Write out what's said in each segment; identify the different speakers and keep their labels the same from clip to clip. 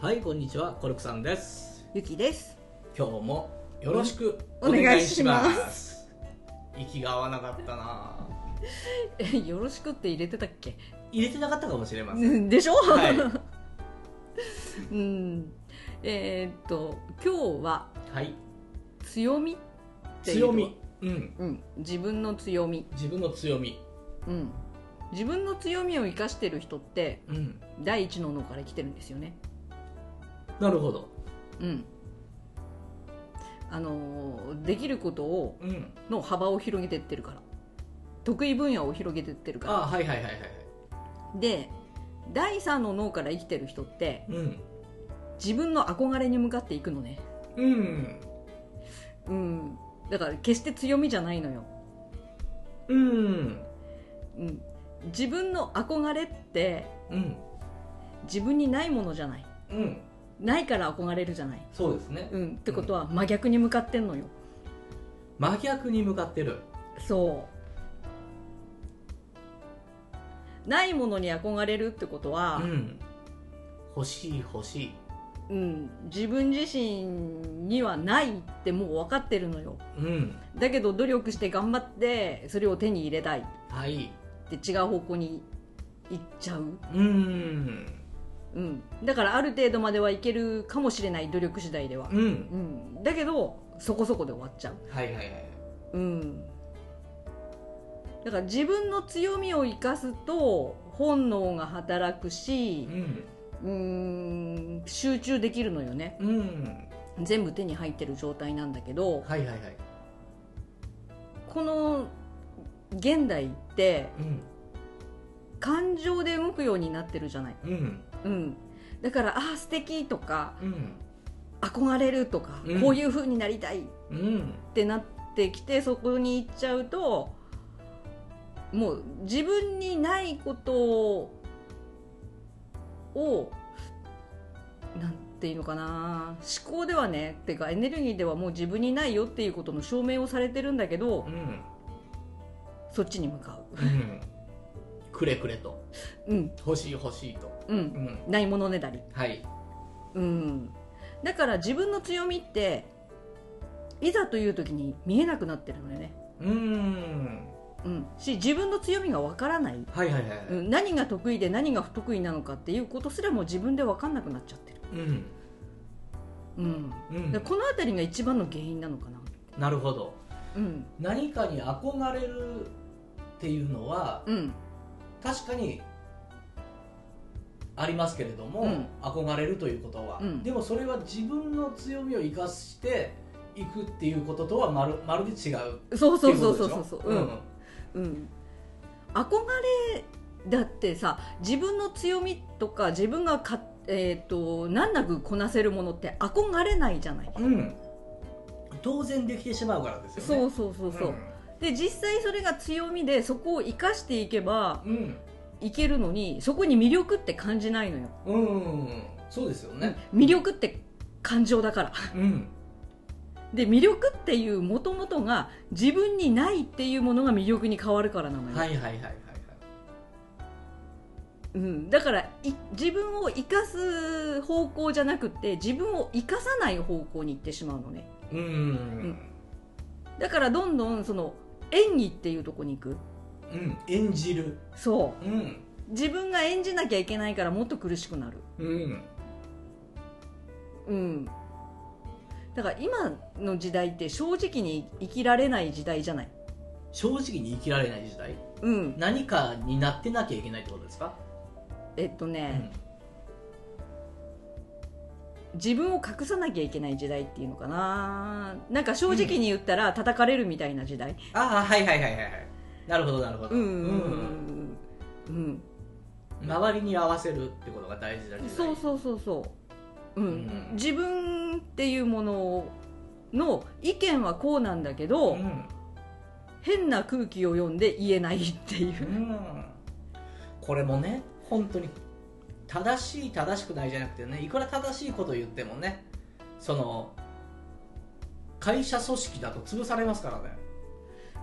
Speaker 1: はいこんにちはコルクさんです
Speaker 2: ゆきです
Speaker 1: 今日もよろしく
Speaker 2: うんお願いします
Speaker 1: お願いします息が合わなかったな
Speaker 2: え よろしくって入れてたっけ
Speaker 1: 入れてなかったかもしれません
Speaker 2: うんでしょ、
Speaker 1: はい
Speaker 2: うんえーっと今日は
Speaker 1: はい
Speaker 2: 強みっていう
Speaker 1: 強みうん
Speaker 2: うん自分の強み、
Speaker 1: 自分の強み
Speaker 2: うん、自分の強みを生かしてる人って
Speaker 1: うん
Speaker 2: 第一の脳から来てるんですよね
Speaker 1: なるほど
Speaker 2: うんあのーできることを
Speaker 1: うん
Speaker 2: の幅を広げてってるから得意分野を広げてってる
Speaker 1: あ
Speaker 2: か
Speaker 1: はいはいはいはい
Speaker 2: らで第三の脳から生きてる人って
Speaker 1: うん
Speaker 2: 自分の憧れに向かっていくのね
Speaker 1: うん
Speaker 2: うんだから決して強みじゃないのよ、
Speaker 1: うん
Speaker 2: うん、自分の憧れって
Speaker 1: うん
Speaker 2: 自分にないものじゃない
Speaker 1: うん
Speaker 2: ないから憧れるじゃない、
Speaker 1: そうですね
Speaker 2: うん、ってことは真逆に向かってんのよ
Speaker 1: 真逆に向かってる
Speaker 2: そうないものに憧れるってことは
Speaker 1: う、ん欲しい欲しい
Speaker 2: うん、自分自身にはないってもう分かってるのよ
Speaker 1: うん
Speaker 2: だけど努力して頑張ってそれを手に入れたい
Speaker 1: はい
Speaker 2: って違う方向に行っちゃう、
Speaker 1: うん
Speaker 2: うん、だからある程度まではいけるかもしれない努力次第では、
Speaker 1: うん
Speaker 2: うん、だけどそこそこで終わっちゃう、
Speaker 1: はいはいはい
Speaker 2: うん、だから自分の強みを生かすと本能が働くし
Speaker 1: う、ん
Speaker 2: うーん集中できるのよね
Speaker 1: うん
Speaker 2: 全部手に入ってる状態なんだけど
Speaker 1: はいはいはい
Speaker 2: この現代って
Speaker 1: うん
Speaker 2: 感情で動くようになってるじゃない、
Speaker 1: うん
Speaker 2: うん、だからああ素敵とか
Speaker 1: うん
Speaker 2: 憧れるとか、
Speaker 1: うん
Speaker 2: こういう風になりたいっ
Speaker 1: うん
Speaker 2: てなってきてそこに行っちゃうともう自分にないことをなんていうのかな思考ではねってかエネルギーではもう自分にないよっていうことの証明をされてるんだけど
Speaker 1: うん
Speaker 2: そっちに向かう
Speaker 1: うんくれくれと
Speaker 2: うん
Speaker 1: 欲しい欲しいと
Speaker 2: う
Speaker 1: うんん
Speaker 2: ないものねだり
Speaker 1: はい
Speaker 2: うんだから自分の強みっていざという時に見えなくなってるのよね
Speaker 1: うん
Speaker 2: うん、し自分の強みがわからない、
Speaker 1: はいはいはいは
Speaker 2: う
Speaker 1: い
Speaker 2: ん、何が得意で何が不得意なのかっていうことすらも自分でわかんなくなっちゃってる、
Speaker 1: うん
Speaker 2: うん、
Speaker 1: うん
Speaker 2: だからこの辺りが一番の原因なのかな、
Speaker 1: なるほど
Speaker 2: うん
Speaker 1: 何かに憧れるっていうのは
Speaker 2: うん、
Speaker 1: 確かにありますけれども、
Speaker 2: うん
Speaker 1: 憧れるということは、
Speaker 2: うん
Speaker 1: でもそれは自分の強みを生かしていくっていうこととはまるまるで違う
Speaker 2: そ
Speaker 1: っ
Speaker 2: う
Speaker 1: て
Speaker 2: そ
Speaker 1: いうう
Speaker 2: そ
Speaker 1: ことで
Speaker 2: うそう
Speaker 1: しょ
Speaker 2: そうそう、うんうん、憧れだってさ自分の強みとか自分がか、えー、と難なくこなせるものって憧れないじゃない、
Speaker 1: うん、うん当然できてしまうからですよ
Speaker 2: そ
Speaker 1: ね
Speaker 2: うそうそうそう、で実際それが強みでそこを生かしていけば
Speaker 1: うん
Speaker 2: いけるのにそこに魅力って感じないのよ
Speaker 1: うん、うん、そうですよね
Speaker 2: 魅力って感情だから
Speaker 1: うん
Speaker 2: で魅力っていうもともとが自分にないっていうものが魅力に変わるからなのよ、
Speaker 1: はいはいはいはいはい
Speaker 2: うん、だからい自分を生かす方向じゃなくて自分を生かさない方向に行ってしまうのね
Speaker 1: うん、
Speaker 2: だからどんどんその演技っていうとこに行く
Speaker 1: うん、演じる
Speaker 2: そ
Speaker 1: うん
Speaker 2: う自分が演じなきゃいけないからもっと苦しくなる
Speaker 1: うん
Speaker 2: うんだから今の時代って正直に生きられない時代じゃない
Speaker 1: 正直に生きられない時代
Speaker 2: うん
Speaker 1: 何かになってなきゃいけないってことですか、
Speaker 2: えっと
Speaker 1: う
Speaker 2: ね、自分を隠さなきゃいけない時代っていうのかななんか正直に言ったら叩かれるみたいな時代
Speaker 1: ああはいはいはいはいはいなるほどなるほど、
Speaker 2: うんうんうん
Speaker 1: うん周りに合わせるってことが大事だけど
Speaker 2: そうそうそうそう、うん
Speaker 1: うん
Speaker 2: 自分っていうものの意見はこうなんだけ
Speaker 1: う
Speaker 2: ど、
Speaker 1: ん、
Speaker 2: 変な空気を読んで言えないっていうう、
Speaker 1: ん、これもね本当に正しい正しくないじゃなくてねいくら正しいこと言ってもねその会社組織だと潰されますからね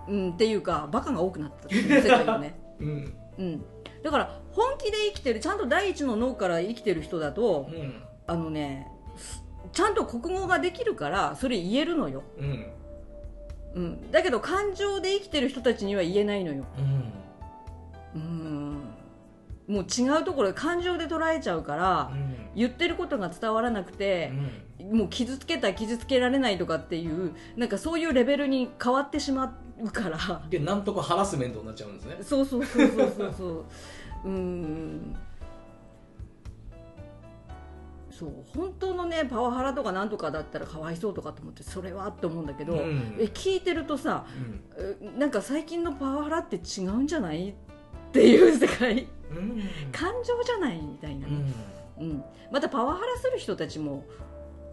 Speaker 2: うん、っていうかバカが多くな ったっていう世界よね、
Speaker 1: うん
Speaker 2: うん、だから本気で生きてるちゃんと第一の脳から生きてる人だと
Speaker 1: うん
Speaker 2: あのねすちゃんと国語ができるからそれ言えるのよ、
Speaker 1: うん
Speaker 2: うん、だけど感情で生きてる人たちには言えないのよ
Speaker 1: うん
Speaker 2: うんもう違うところで感情で捉えちゃうから
Speaker 1: う、ん
Speaker 2: 言ってることが伝わらなく
Speaker 1: う
Speaker 2: て、
Speaker 1: ん
Speaker 2: もう傷つけた傷つけられないとかっていうなんかそういうレベルに変わってしまうから
Speaker 1: でなんとかハラスメントになっちゃうんですね
Speaker 2: そうそうそうそうそうそううーんそう本当のねパワハラとかなんとかだったらかわいそうとかと思ってそれはって思うんだけど、
Speaker 1: うん
Speaker 2: え聞いてるとさ
Speaker 1: うん
Speaker 2: えなんか最近のパワハラって違うんじゃないっていう世界
Speaker 1: うん
Speaker 2: 感情じゃないみたいな、
Speaker 1: うん
Speaker 2: うん、またパワハラする人たちも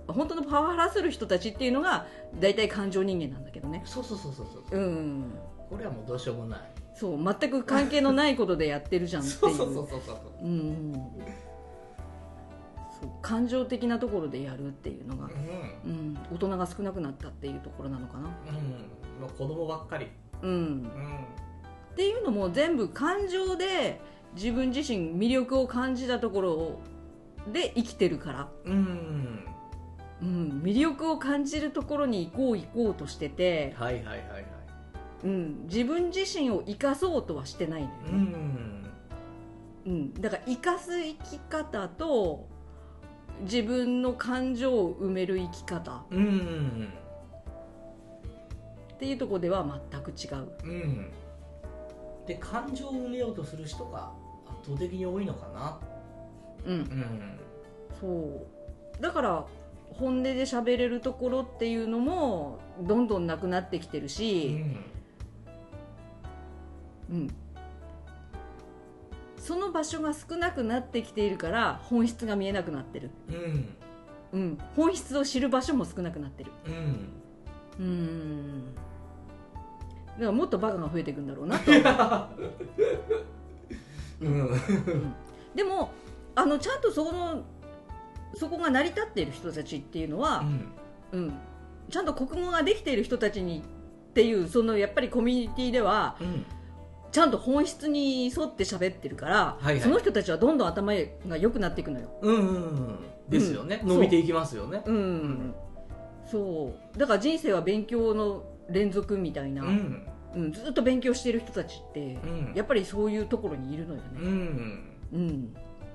Speaker 2: 本当のパワハラする人たちっていうのが大体感情人間なんだけどね
Speaker 1: そうそうそうそうそう
Speaker 2: うん
Speaker 1: これはもうどうしようもない
Speaker 2: そう全く関係のないことでやってるじゃんっていう
Speaker 1: そうそうそうそうそう
Speaker 2: うんそう感情的なところでやるっていうのが
Speaker 1: う、ん
Speaker 2: うん、大人が少なくなったっていうところなのかな、
Speaker 1: うんまあ子供ばっかり
Speaker 2: うん
Speaker 1: う、ん
Speaker 2: っていうのも全部感情で自分自身魅力を感じたところで生きてるから
Speaker 1: うん
Speaker 2: うん、魅力を感じるところに行こう行こうとしてて、
Speaker 1: はいはいはいはい
Speaker 2: うん、自分自身を生かそうとはしてないのよ
Speaker 1: う
Speaker 2: ね、
Speaker 1: ん
Speaker 2: うんだから生かす生き方と自分の感情を埋める生き方
Speaker 1: うん
Speaker 2: っていうところでは全く違う
Speaker 1: うんで感情を埋めようとする人が圧倒的に多いのかな
Speaker 2: うん
Speaker 1: うん
Speaker 2: そうだから本音で喋れるところっていうのもどんどんなくなってきてる
Speaker 1: う
Speaker 2: し、
Speaker 1: ん
Speaker 2: うん、その場所が少なくなってきているから本質が見えなくなってる
Speaker 1: うん
Speaker 2: うん、本質を知る場所も少なくなってる
Speaker 1: うん
Speaker 2: うんだからもっとバカが増えていくんだろ うなとは思う
Speaker 1: うん
Speaker 2: でもあのちゃんとそこのそこが成り立っている人たちっていうのは、うんちゃんと国語ができている人たちにっていうそのやっぱりコミュニティでは
Speaker 1: うん
Speaker 2: ちゃんと本質に沿って喋ってるから、
Speaker 1: はいはい
Speaker 2: その人たちはどんどん頭が良くなっていくのよ
Speaker 1: うんうんですよね
Speaker 2: うん
Speaker 1: 伸びていきますよね
Speaker 2: うん、そうだから人生は勉強の連続みたいな、
Speaker 1: うん
Speaker 2: うん、ずっと勉強してる人たちって、
Speaker 1: うん
Speaker 2: やっぱりそういうところにいるのよ
Speaker 1: う
Speaker 2: ね、
Speaker 1: ん
Speaker 2: うん、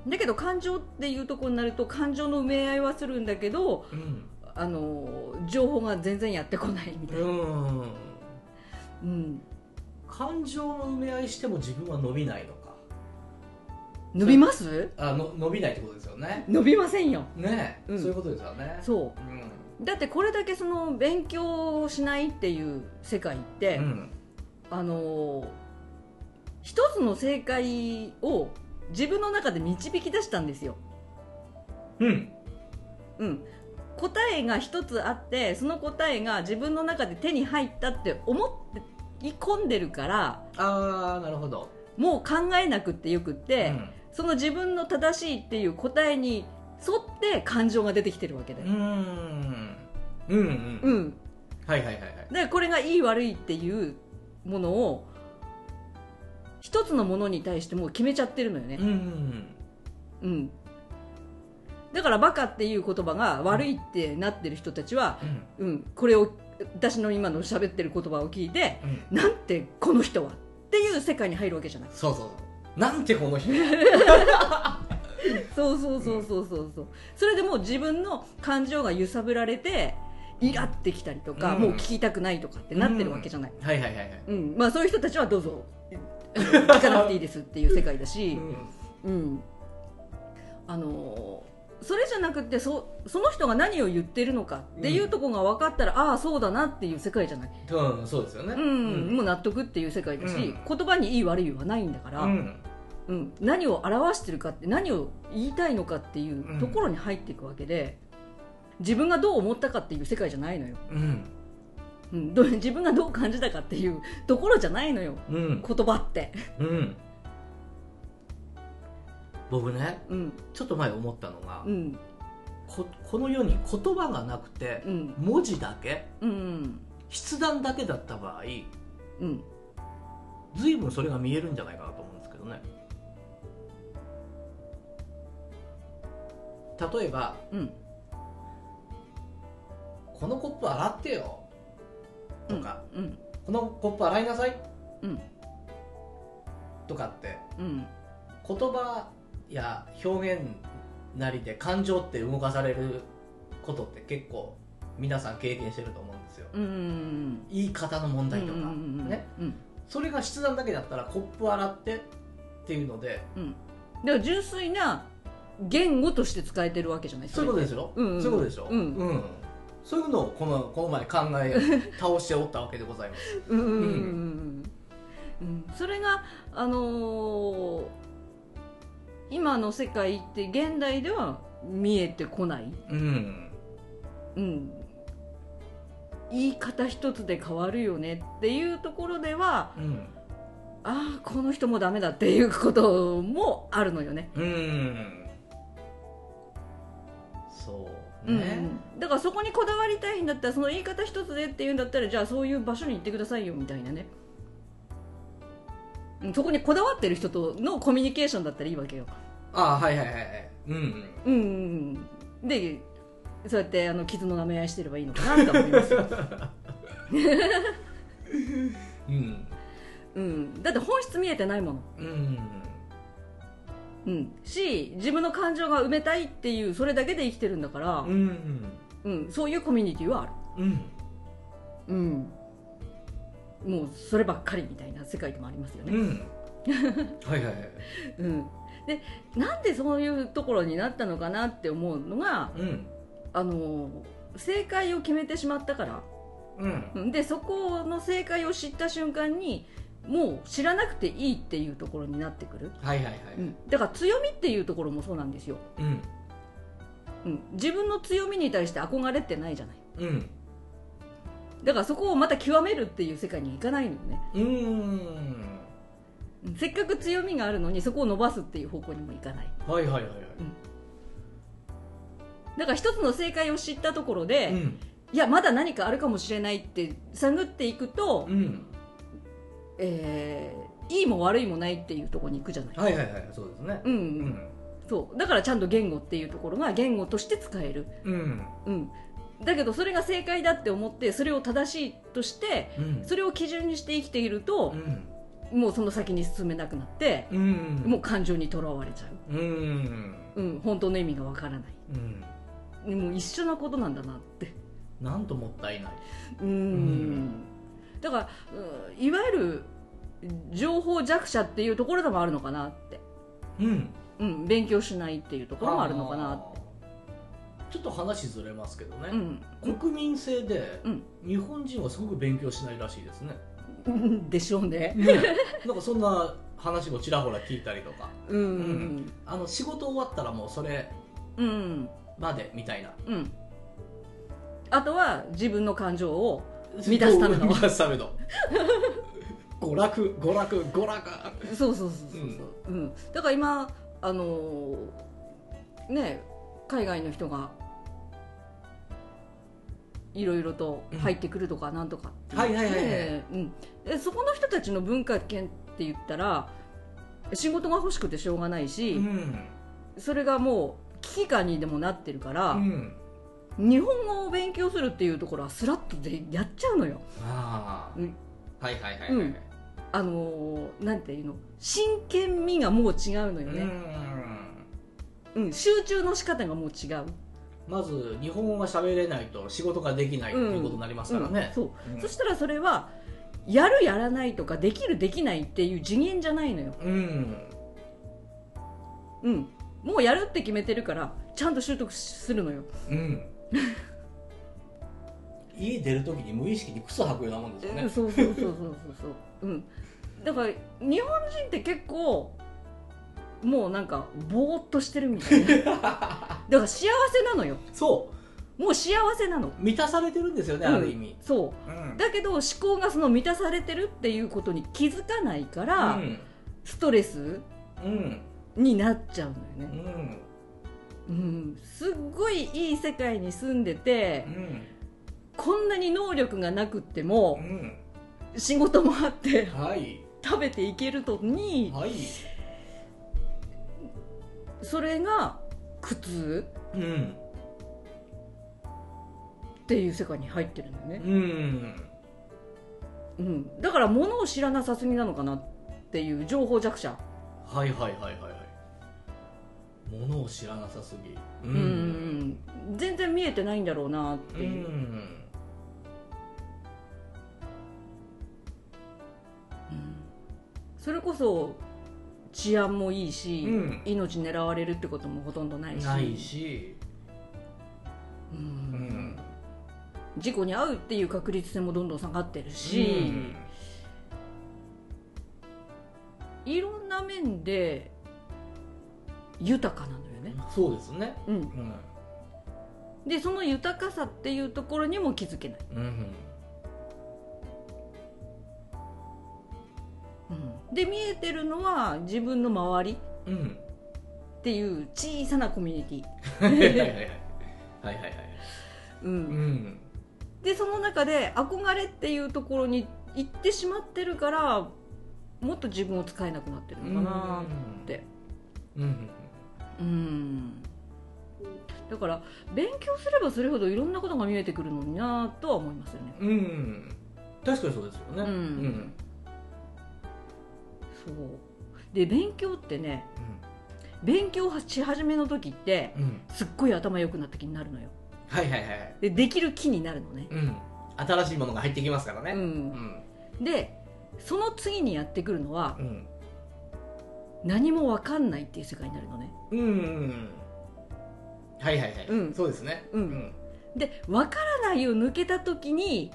Speaker 2: だけど感情っていうところになると感情の埋め合いはするんだけど
Speaker 1: うん
Speaker 2: あの情報が全然やってこないみたいな、
Speaker 1: うん
Speaker 2: うん、
Speaker 1: 感情の埋め合いしても自分は伸びないのか
Speaker 2: 伸びます
Speaker 1: あの伸びないってことですよね
Speaker 2: 伸びませんよ
Speaker 1: ねえ
Speaker 2: うん
Speaker 1: そういうことですよね
Speaker 2: そううだってこれだけその勉強をしないっていう世界って、
Speaker 1: ん
Speaker 2: あの一つの正解を自分の中で導き出したんですよ
Speaker 1: うん
Speaker 2: うん、答えが一つあってその答えが自分の中で手に入ったって思ってい込んでるから
Speaker 1: ああなるほど
Speaker 2: もう考えなくってよくって、その自分の正しいっていう答えに沿って感情が出てきてるわけだ
Speaker 1: う
Speaker 2: よ、
Speaker 1: んうんうん
Speaker 2: うん
Speaker 1: はいはいはいはい
Speaker 2: だからこれがいい悪いっていうものを一つのものに対してもう決めちゃってるのよね
Speaker 1: う、ん
Speaker 2: うんだからバカっていう言葉が悪いってなってる人たちは、
Speaker 1: うん
Speaker 2: うん、これを私の今の喋ってる言葉を聞いて
Speaker 1: うん
Speaker 2: なんてこの人はっていう世界に入るわけじゃない
Speaker 1: そうそうそうなんてこ の人
Speaker 2: そうそうそうそうそうそうそれでもう自分の感情が揺さぶられてイラってきたりとか、
Speaker 1: うん
Speaker 2: もう聞きたくないとかってなってるわけじゃない、
Speaker 1: はいはいはいはい
Speaker 2: うんまあ、そういう人たちはどうぞ聞かなくていいですっていう世界だし、うん、あのーそれじゃなくてそその人が何を言ってるのかっていうところが分かったら、ああそうだなっていう世界じゃない
Speaker 1: うんうんそうですよね
Speaker 2: うん、もう納得っていう世界だし、言葉にいい悪いはないんだから、
Speaker 1: う
Speaker 2: うん
Speaker 1: ん
Speaker 2: 何を表してるかって何を言いたいのかっていうところに入っていくわけで、自分がどう思ったかっていう世界じゃないのよ、
Speaker 1: うん
Speaker 2: うん、どう自分がどう感じたかっていうところじゃないのよ
Speaker 1: うん
Speaker 2: 言葉って、
Speaker 1: うん僕ね
Speaker 2: うん
Speaker 1: ちょっと前思ったのが、
Speaker 2: うん
Speaker 1: ここの世に言葉がなくて
Speaker 2: うん
Speaker 1: 文字だけ
Speaker 2: うん
Speaker 1: 筆談だけだった場合
Speaker 2: うん、
Speaker 1: 随分それが見えるんじゃないかなと思うんですけどね例えば
Speaker 2: うん
Speaker 1: このコップ洗ってよとか、
Speaker 2: うん
Speaker 1: このコップ洗いなさい
Speaker 2: うん
Speaker 1: とかって
Speaker 2: うん
Speaker 1: 言葉や表現なりで感情って動かされることって結構皆さん経験してると思うんですよ
Speaker 2: うんうん
Speaker 1: 言い方の問題とか、
Speaker 2: うんうんうん
Speaker 1: ね
Speaker 2: うん
Speaker 1: それが筆談だけだったらコップ洗ってっていうので
Speaker 2: うんだから純粋な言語として使えてるわけじゃない
Speaker 1: そういうことでしょ、
Speaker 2: うんうんうん
Speaker 1: そういうことでしょ、
Speaker 2: うん
Speaker 1: そういうのをこのこの前考え倒しておったわけでございます
Speaker 2: うんうんうんうんうんそれがあのー今の世界って現代では見えてこない、
Speaker 1: うん
Speaker 2: うん、言い方一つで変わるよねっていうところでは
Speaker 1: うん
Speaker 2: ああこの人もダメだっていうこともあるのよね
Speaker 1: うんそう
Speaker 2: うん
Speaker 1: ね、
Speaker 2: だからそこにこだわりたいんだったらその言い方一つでっていうんだったらじゃあそういう場所に行ってくださいよみたいなねうんそこにこだわってる人とのコミュニケーションだったらいいわけよ
Speaker 1: ああはいはいはいはいうん
Speaker 2: うんうんうんでそうやってあの傷の舐め合いしてればいいのかなと思います よ、
Speaker 1: うん
Speaker 2: うん、だって本質見えてないもの、
Speaker 1: うん
Speaker 2: うん、し自分の感情が埋めたいっていうそれだけで生きてるんだから
Speaker 1: うんう、ん
Speaker 2: うん、そういうコミュニティはある
Speaker 1: うん
Speaker 2: うん、もうそればっかりみたいな世界でもありますよ
Speaker 1: う
Speaker 2: ね。
Speaker 1: ん はいはいはい
Speaker 2: うん、でなんでそういうところになったのかなって思うのが、
Speaker 1: うん
Speaker 2: あの正解を決めてしまったから
Speaker 1: うん
Speaker 2: うんでそこの正解を知った瞬間にもう知らなくていいっていうところになってくる、
Speaker 1: はいはいはい
Speaker 2: うん、だから強みっていうところもそうなんですよ、
Speaker 1: うん
Speaker 2: うん、自分の強みに対して憧れってないじゃない
Speaker 1: うん
Speaker 2: だからそこをまた極めるっていう世界に行かないのよね
Speaker 1: うーん
Speaker 2: うんせっかく強みがあるのにそこを伸ばすっていう方向にもいかない
Speaker 1: はいはいはいはい
Speaker 2: だから一つの正解を知ったところで、
Speaker 1: うん
Speaker 2: いやまだ何かあるかもしれないって探っていくと、
Speaker 1: うん
Speaker 2: えーいいも悪いもないっていうところに行くじゃない、
Speaker 1: はいはいはいそうですね
Speaker 2: うん
Speaker 1: う
Speaker 2: うん、
Speaker 1: ん
Speaker 2: そうだからちゃんと言語っていうところが言語として使える、
Speaker 1: うん
Speaker 2: うん、だけどそれが正解だって思ってそれを正しいとして
Speaker 1: うん
Speaker 2: それを基準にして生きていると、もうその先に進めなくなって、
Speaker 1: うんうん
Speaker 2: もう感情にとらわれちゃ
Speaker 1: うんうん
Speaker 2: う、うん、本当の意味がわからない
Speaker 1: うん
Speaker 2: もう一緒なことなんだなって
Speaker 1: なんともったいない
Speaker 2: うんだからうんいわゆる情報弱者っていうところでもあるのかなって、
Speaker 1: うん
Speaker 2: うん、勉強しないっていうところもあるのかな
Speaker 1: あーちょっと話ずれますけど
Speaker 2: う
Speaker 1: ね、
Speaker 2: ん
Speaker 1: 国民性で
Speaker 2: うん
Speaker 1: 日本人はすごく勉強しないらしいですね
Speaker 2: うんでしょう ね
Speaker 1: ねなんかそんな話もちらほら聞いたりとか
Speaker 2: うん
Speaker 1: あの仕事終わったらもうそれ
Speaker 2: うん
Speaker 1: までみたいな
Speaker 2: うんあとは自分の感情を満たすための
Speaker 1: 満たすため の娯楽娯楽娯楽
Speaker 2: そうそうそうそうそう、うんだから今あのーね海外の人がいろいろと入ってくるとかなんとかって
Speaker 1: はいはいはいはい
Speaker 2: ねうんでそこの人たちの文化圏って言ったら仕事が欲しくてしょうがないし、
Speaker 1: うん
Speaker 2: それがもう危機感にでもなってるから
Speaker 1: う、ん
Speaker 2: 日本語を勉強するっていうところはスラッとでやっちゃうのよ
Speaker 1: ああ、
Speaker 2: うん
Speaker 1: はいはいはいはいはい
Speaker 2: あのーなんていうの真剣味がもう違うのよ
Speaker 1: う
Speaker 2: ね、
Speaker 1: ん
Speaker 2: うん、集中の仕方がもう違う、
Speaker 1: まず日本語が喋れないと仕事ができないということになりますから
Speaker 2: うん
Speaker 1: ね、
Speaker 2: そう
Speaker 1: うん
Speaker 2: そしたらそれはやるやらないとかできるできないっていう次元じゃないのよ、
Speaker 1: うん
Speaker 2: うん、もうやるって決めてるからちゃんと習得するのよ
Speaker 1: うん家出るときに無意識に靴履くようなもんですよ
Speaker 2: うん
Speaker 1: ね
Speaker 2: そうそうそうそうそうそう、うん、だから日本人って結構もうなんかぼーっとしてるみたいなだ から幸せなのよ
Speaker 1: そ
Speaker 2: もう幸せなの、
Speaker 1: う満たされてるんですよね、ある意味、
Speaker 2: そう
Speaker 1: うん
Speaker 2: だけど思考がその満たされてるっていうことに気づかないか
Speaker 1: う
Speaker 2: ら、
Speaker 1: ん
Speaker 2: ストレス
Speaker 1: うん
Speaker 2: になっちゃうのよ
Speaker 1: う
Speaker 2: ね、
Speaker 1: ん
Speaker 2: うん、すっごいいい世界に住んでて
Speaker 1: うん
Speaker 2: こんなに能力がなくっても
Speaker 1: うん
Speaker 2: 仕事もあって
Speaker 1: はい
Speaker 2: 食べていけるとに
Speaker 1: はい
Speaker 2: それが苦痛
Speaker 1: うん
Speaker 2: っていう世界に入ってるんだよね、
Speaker 1: うん
Speaker 2: うん、だから物を知らなさすぎなのかなっていう情報弱者
Speaker 1: はいはいはいはいはいものを知らなさすぎう
Speaker 2: うんうん全然見えてないんだろうなって
Speaker 1: う
Speaker 2: いう、
Speaker 1: ん
Speaker 2: うんそれこそ治安もいいし、
Speaker 1: うん
Speaker 2: 命狙われるってこともほとんどないし
Speaker 1: ないし
Speaker 2: うん
Speaker 1: うん
Speaker 2: 事故に遭うっていう確率性もどんどん下がってるし、
Speaker 1: うん
Speaker 2: いろんな面で豊かなのよね、
Speaker 1: そうですね
Speaker 2: うん、
Speaker 1: うん
Speaker 2: でその豊かさっていうところにも気づけない、
Speaker 1: うん
Speaker 2: うん、で見えてるのは自分の周り
Speaker 1: うん
Speaker 2: っていう小さなコミュニテ
Speaker 1: はいはいはいはいはいはい
Speaker 2: ィ、う、
Speaker 1: うんん
Speaker 2: でその中で憧れっていうところに行ってしまってるからもっと自分を使えなくなってるのかなて
Speaker 1: うん
Speaker 2: うん、だから勉強すればするほどいろんなことが見えてくるのになとは思いますよね
Speaker 1: うんうん確かにそうですよね
Speaker 2: うん
Speaker 1: うん
Speaker 2: そうで勉強ってね勉強し始めの時って
Speaker 1: うんうん
Speaker 2: すっごい頭良くなった気になるのよ
Speaker 1: はいはいはい
Speaker 2: でできる気になるのね、
Speaker 1: うん新しいものが入ってきますから
Speaker 2: う、
Speaker 1: ねうんん
Speaker 2: でその次にやってくるのは
Speaker 1: うん
Speaker 2: 何も分かんないっていう世界になるのね
Speaker 1: うんうんはいはいはい
Speaker 2: うん
Speaker 1: そうですね
Speaker 2: うんで分からないを抜けた時に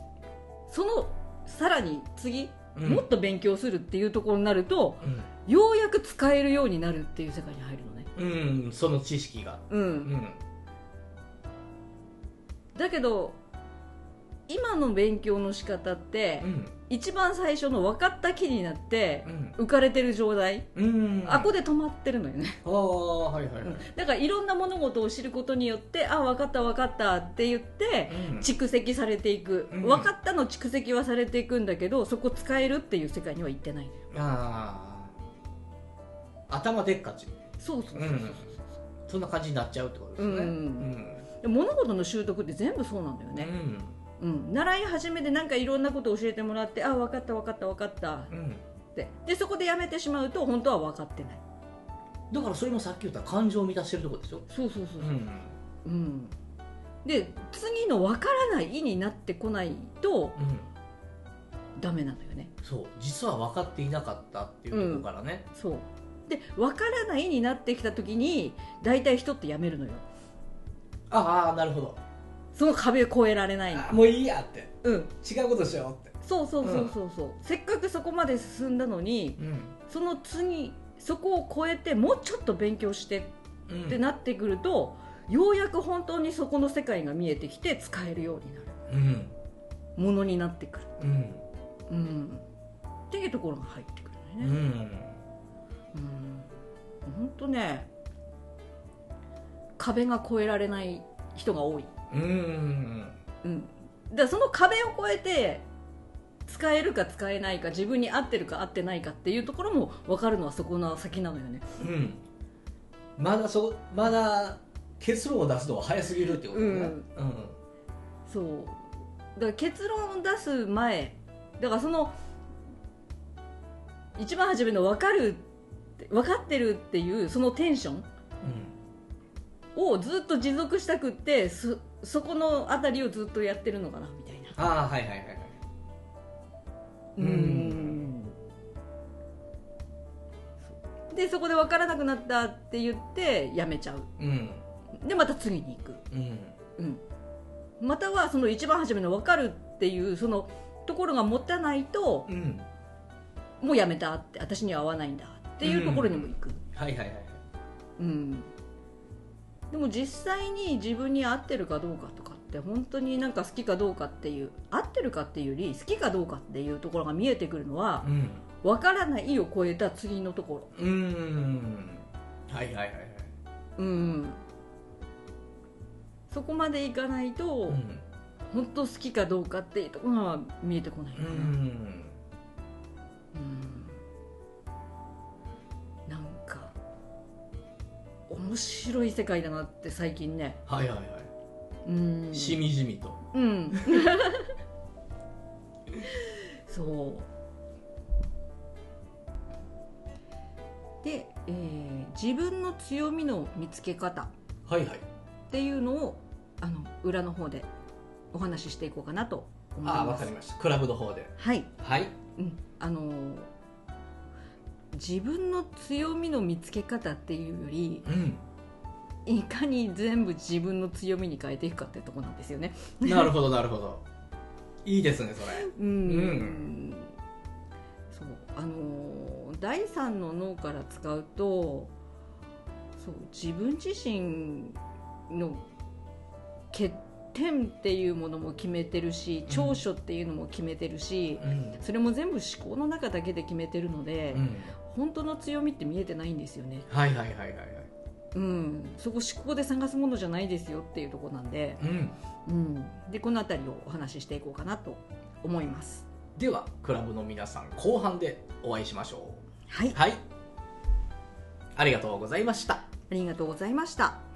Speaker 2: そのさらに次、
Speaker 1: うん
Speaker 2: もっと勉強するっていうところになるとようやく使えるようになるっていう世界に入るのね、
Speaker 1: うんうんその知識が
Speaker 2: うん
Speaker 1: うん
Speaker 2: だけど今の勉強の仕方って、
Speaker 1: うん
Speaker 2: 一番最初の分かった気になって
Speaker 1: うん
Speaker 2: 浮かれてる状態、
Speaker 1: うん
Speaker 2: あこで止まってるのよね
Speaker 1: ああはいはいはい
Speaker 2: だからいろんな物事を知ることによってあ分かった分かったって言って
Speaker 1: うん
Speaker 2: 蓄積されていく、
Speaker 1: うん
Speaker 2: 分かったの蓄積はされていくんだけどそこ使えるっていう世界には行ってないのよ
Speaker 1: ああ頭でっかち
Speaker 2: そうそ
Speaker 1: う
Speaker 2: うそうそう、
Speaker 1: んそんな感じになっちゃうってことですね
Speaker 2: うんで物事の習得って全部そうなんだよ
Speaker 1: うん
Speaker 2: ね、うん、習い始めでなんかいろんなことを教えてもらってあ分かった分かった分かったっ
Speaker 1: うんうん
Speaker 2: てでそこでやめてしまうと本当は分かってない
Speaker 1: だからそれもさっき言った感情を満たしてるとこでしょ
Speaker 2: そうそうそうそう、
Speaker 1: ん
Speaker 2: うん、で次の分からない意になってこないと
Speaker 1: うん
Speaker 2: ダメなのよね
Speaker 1: そう実は分かっていなかったっていうとこからね
Speaker 2: そうで分からないになってきた時に大体人ってやめるのよ
Speaker 1: ああなるほど
Speaker 2: その壁を越えられないの
Speaker 1: あもういいやって
Speaker 2: うん
Speaker 1: 違うことしようって
Speaker 2: そうそうそうそうそう、せっかくそこまで進んだのに
Speaker 1: うん
Speaker 2: その次そこを越えてもうちょっと勉強して
Speaker 1: うん
Speaker 2: ってなってくると、ようやく本当にそこの世界が見えてきて使えるようになる
Speaker 1: うん
Speaker 2: ものになってくる、
Speaker 1: うん
Speaker 2: うん、っていうところが入ってくるのよね、
Speaker 1: うん
Speaker 2: うん本当ね壁が越えられない人が多い、
Speaker 1: うん
Speaker 2: うん、だからその壁を越えて使えるか使えないか自分に合ってるか合ってないかっていうところも分かるのはそこの先なのよね
Speaker 1: うんまだそまだ結論を出すのは早すぎるってことね
Speaker 2: うん
Speaker 1: うん
Speaker 2: そうだから結論を出す前だからその一番初めの分かるって分かってるっていうそのテンションをずっと持続したくってそそこの辺りをずっとやってるのかなみたいな
Speaker 1: ああはいはいはいはいうん
Speaker 2: そうでそこで分からなくなったって言ってやめちゃう
Speaker 1: うん
Speaker 2: でまた次に行く、
Speaker 1: うん
Speaker 2: うん、またはその一番初めの分かるっていうそのところが持たないと
Speaker 1: うん
Speaker 2: もうやめたって私には合わないんだっていうところにも行く、
Speaker 1: はいはいはいはい
Speaker 2: うんでも実際に自分に合ってるかどうかとかって本当になんか好きかどうかっていう合ってるかっていうより好きかどうかっていうところが見えてくるのは
Speaker 1: うん
Speaker 2: 分からないを超えた次のところ
Speaker 1: うんはいはいはいはい
Speaker 2: うんそこまでいかないと、
Speaker 1: うん
Speaker 2: 本当好きかどうかっていうところが見えてこないか
Speaker 1: う
Speaker 2: な、
Speaker 1: ん
Speaker 2: うんなんか面白い世界だなって最近ね
Speaker 1: はいはいは
Speaker 2: うん
Speaker 1: いしみじみと
Speaker 2: うん そうで、えー自分の強みの見つけ方
Speaker 1: はいはい
Speaker 2: っていうのをあの裏の方でお話ししていこうかなと思います
Speaker 1: ああわかりましたクラブの方で
Speaker 2: はい、
Speaker 1: はい
Speaker 2: うん、あのー自分の強みの見つけ方っていうより
Speaker 1: うん
Speaker 2: いかに全部自分の強みに変えていくかってとこなんですよね。
Speaker 1: なるほどなるほどいいですねそれ
Speaker 2: うん、
Speaker 1: うん
Speaker 2: そうあのー第三の脳から使うとそう自分自身の欠点っていうものも決めてるし長所っていうのも決めてるし、
Speaker 1: うん
Speaker 2: それも全部思考の中だけで決めてるので、
Speaker 1: うん
Speaker 2: 本当の強みって見えてないんですよね、
Speaker 1: はいはいはいはいはい
Speaker 2: うん、そこ思考で探すものじゃないですよっていうところなんで,、
Speaker 1: うん
Speaker 2: うん、でこの辺りをお話ししていこうかなと思います。
Speaker 1: ではクラブの皆さん後半でお会いしましょ
Speaker 2: はいう
Speaker 1: はいありがとうございました
Speaker 2: ありがとうございました。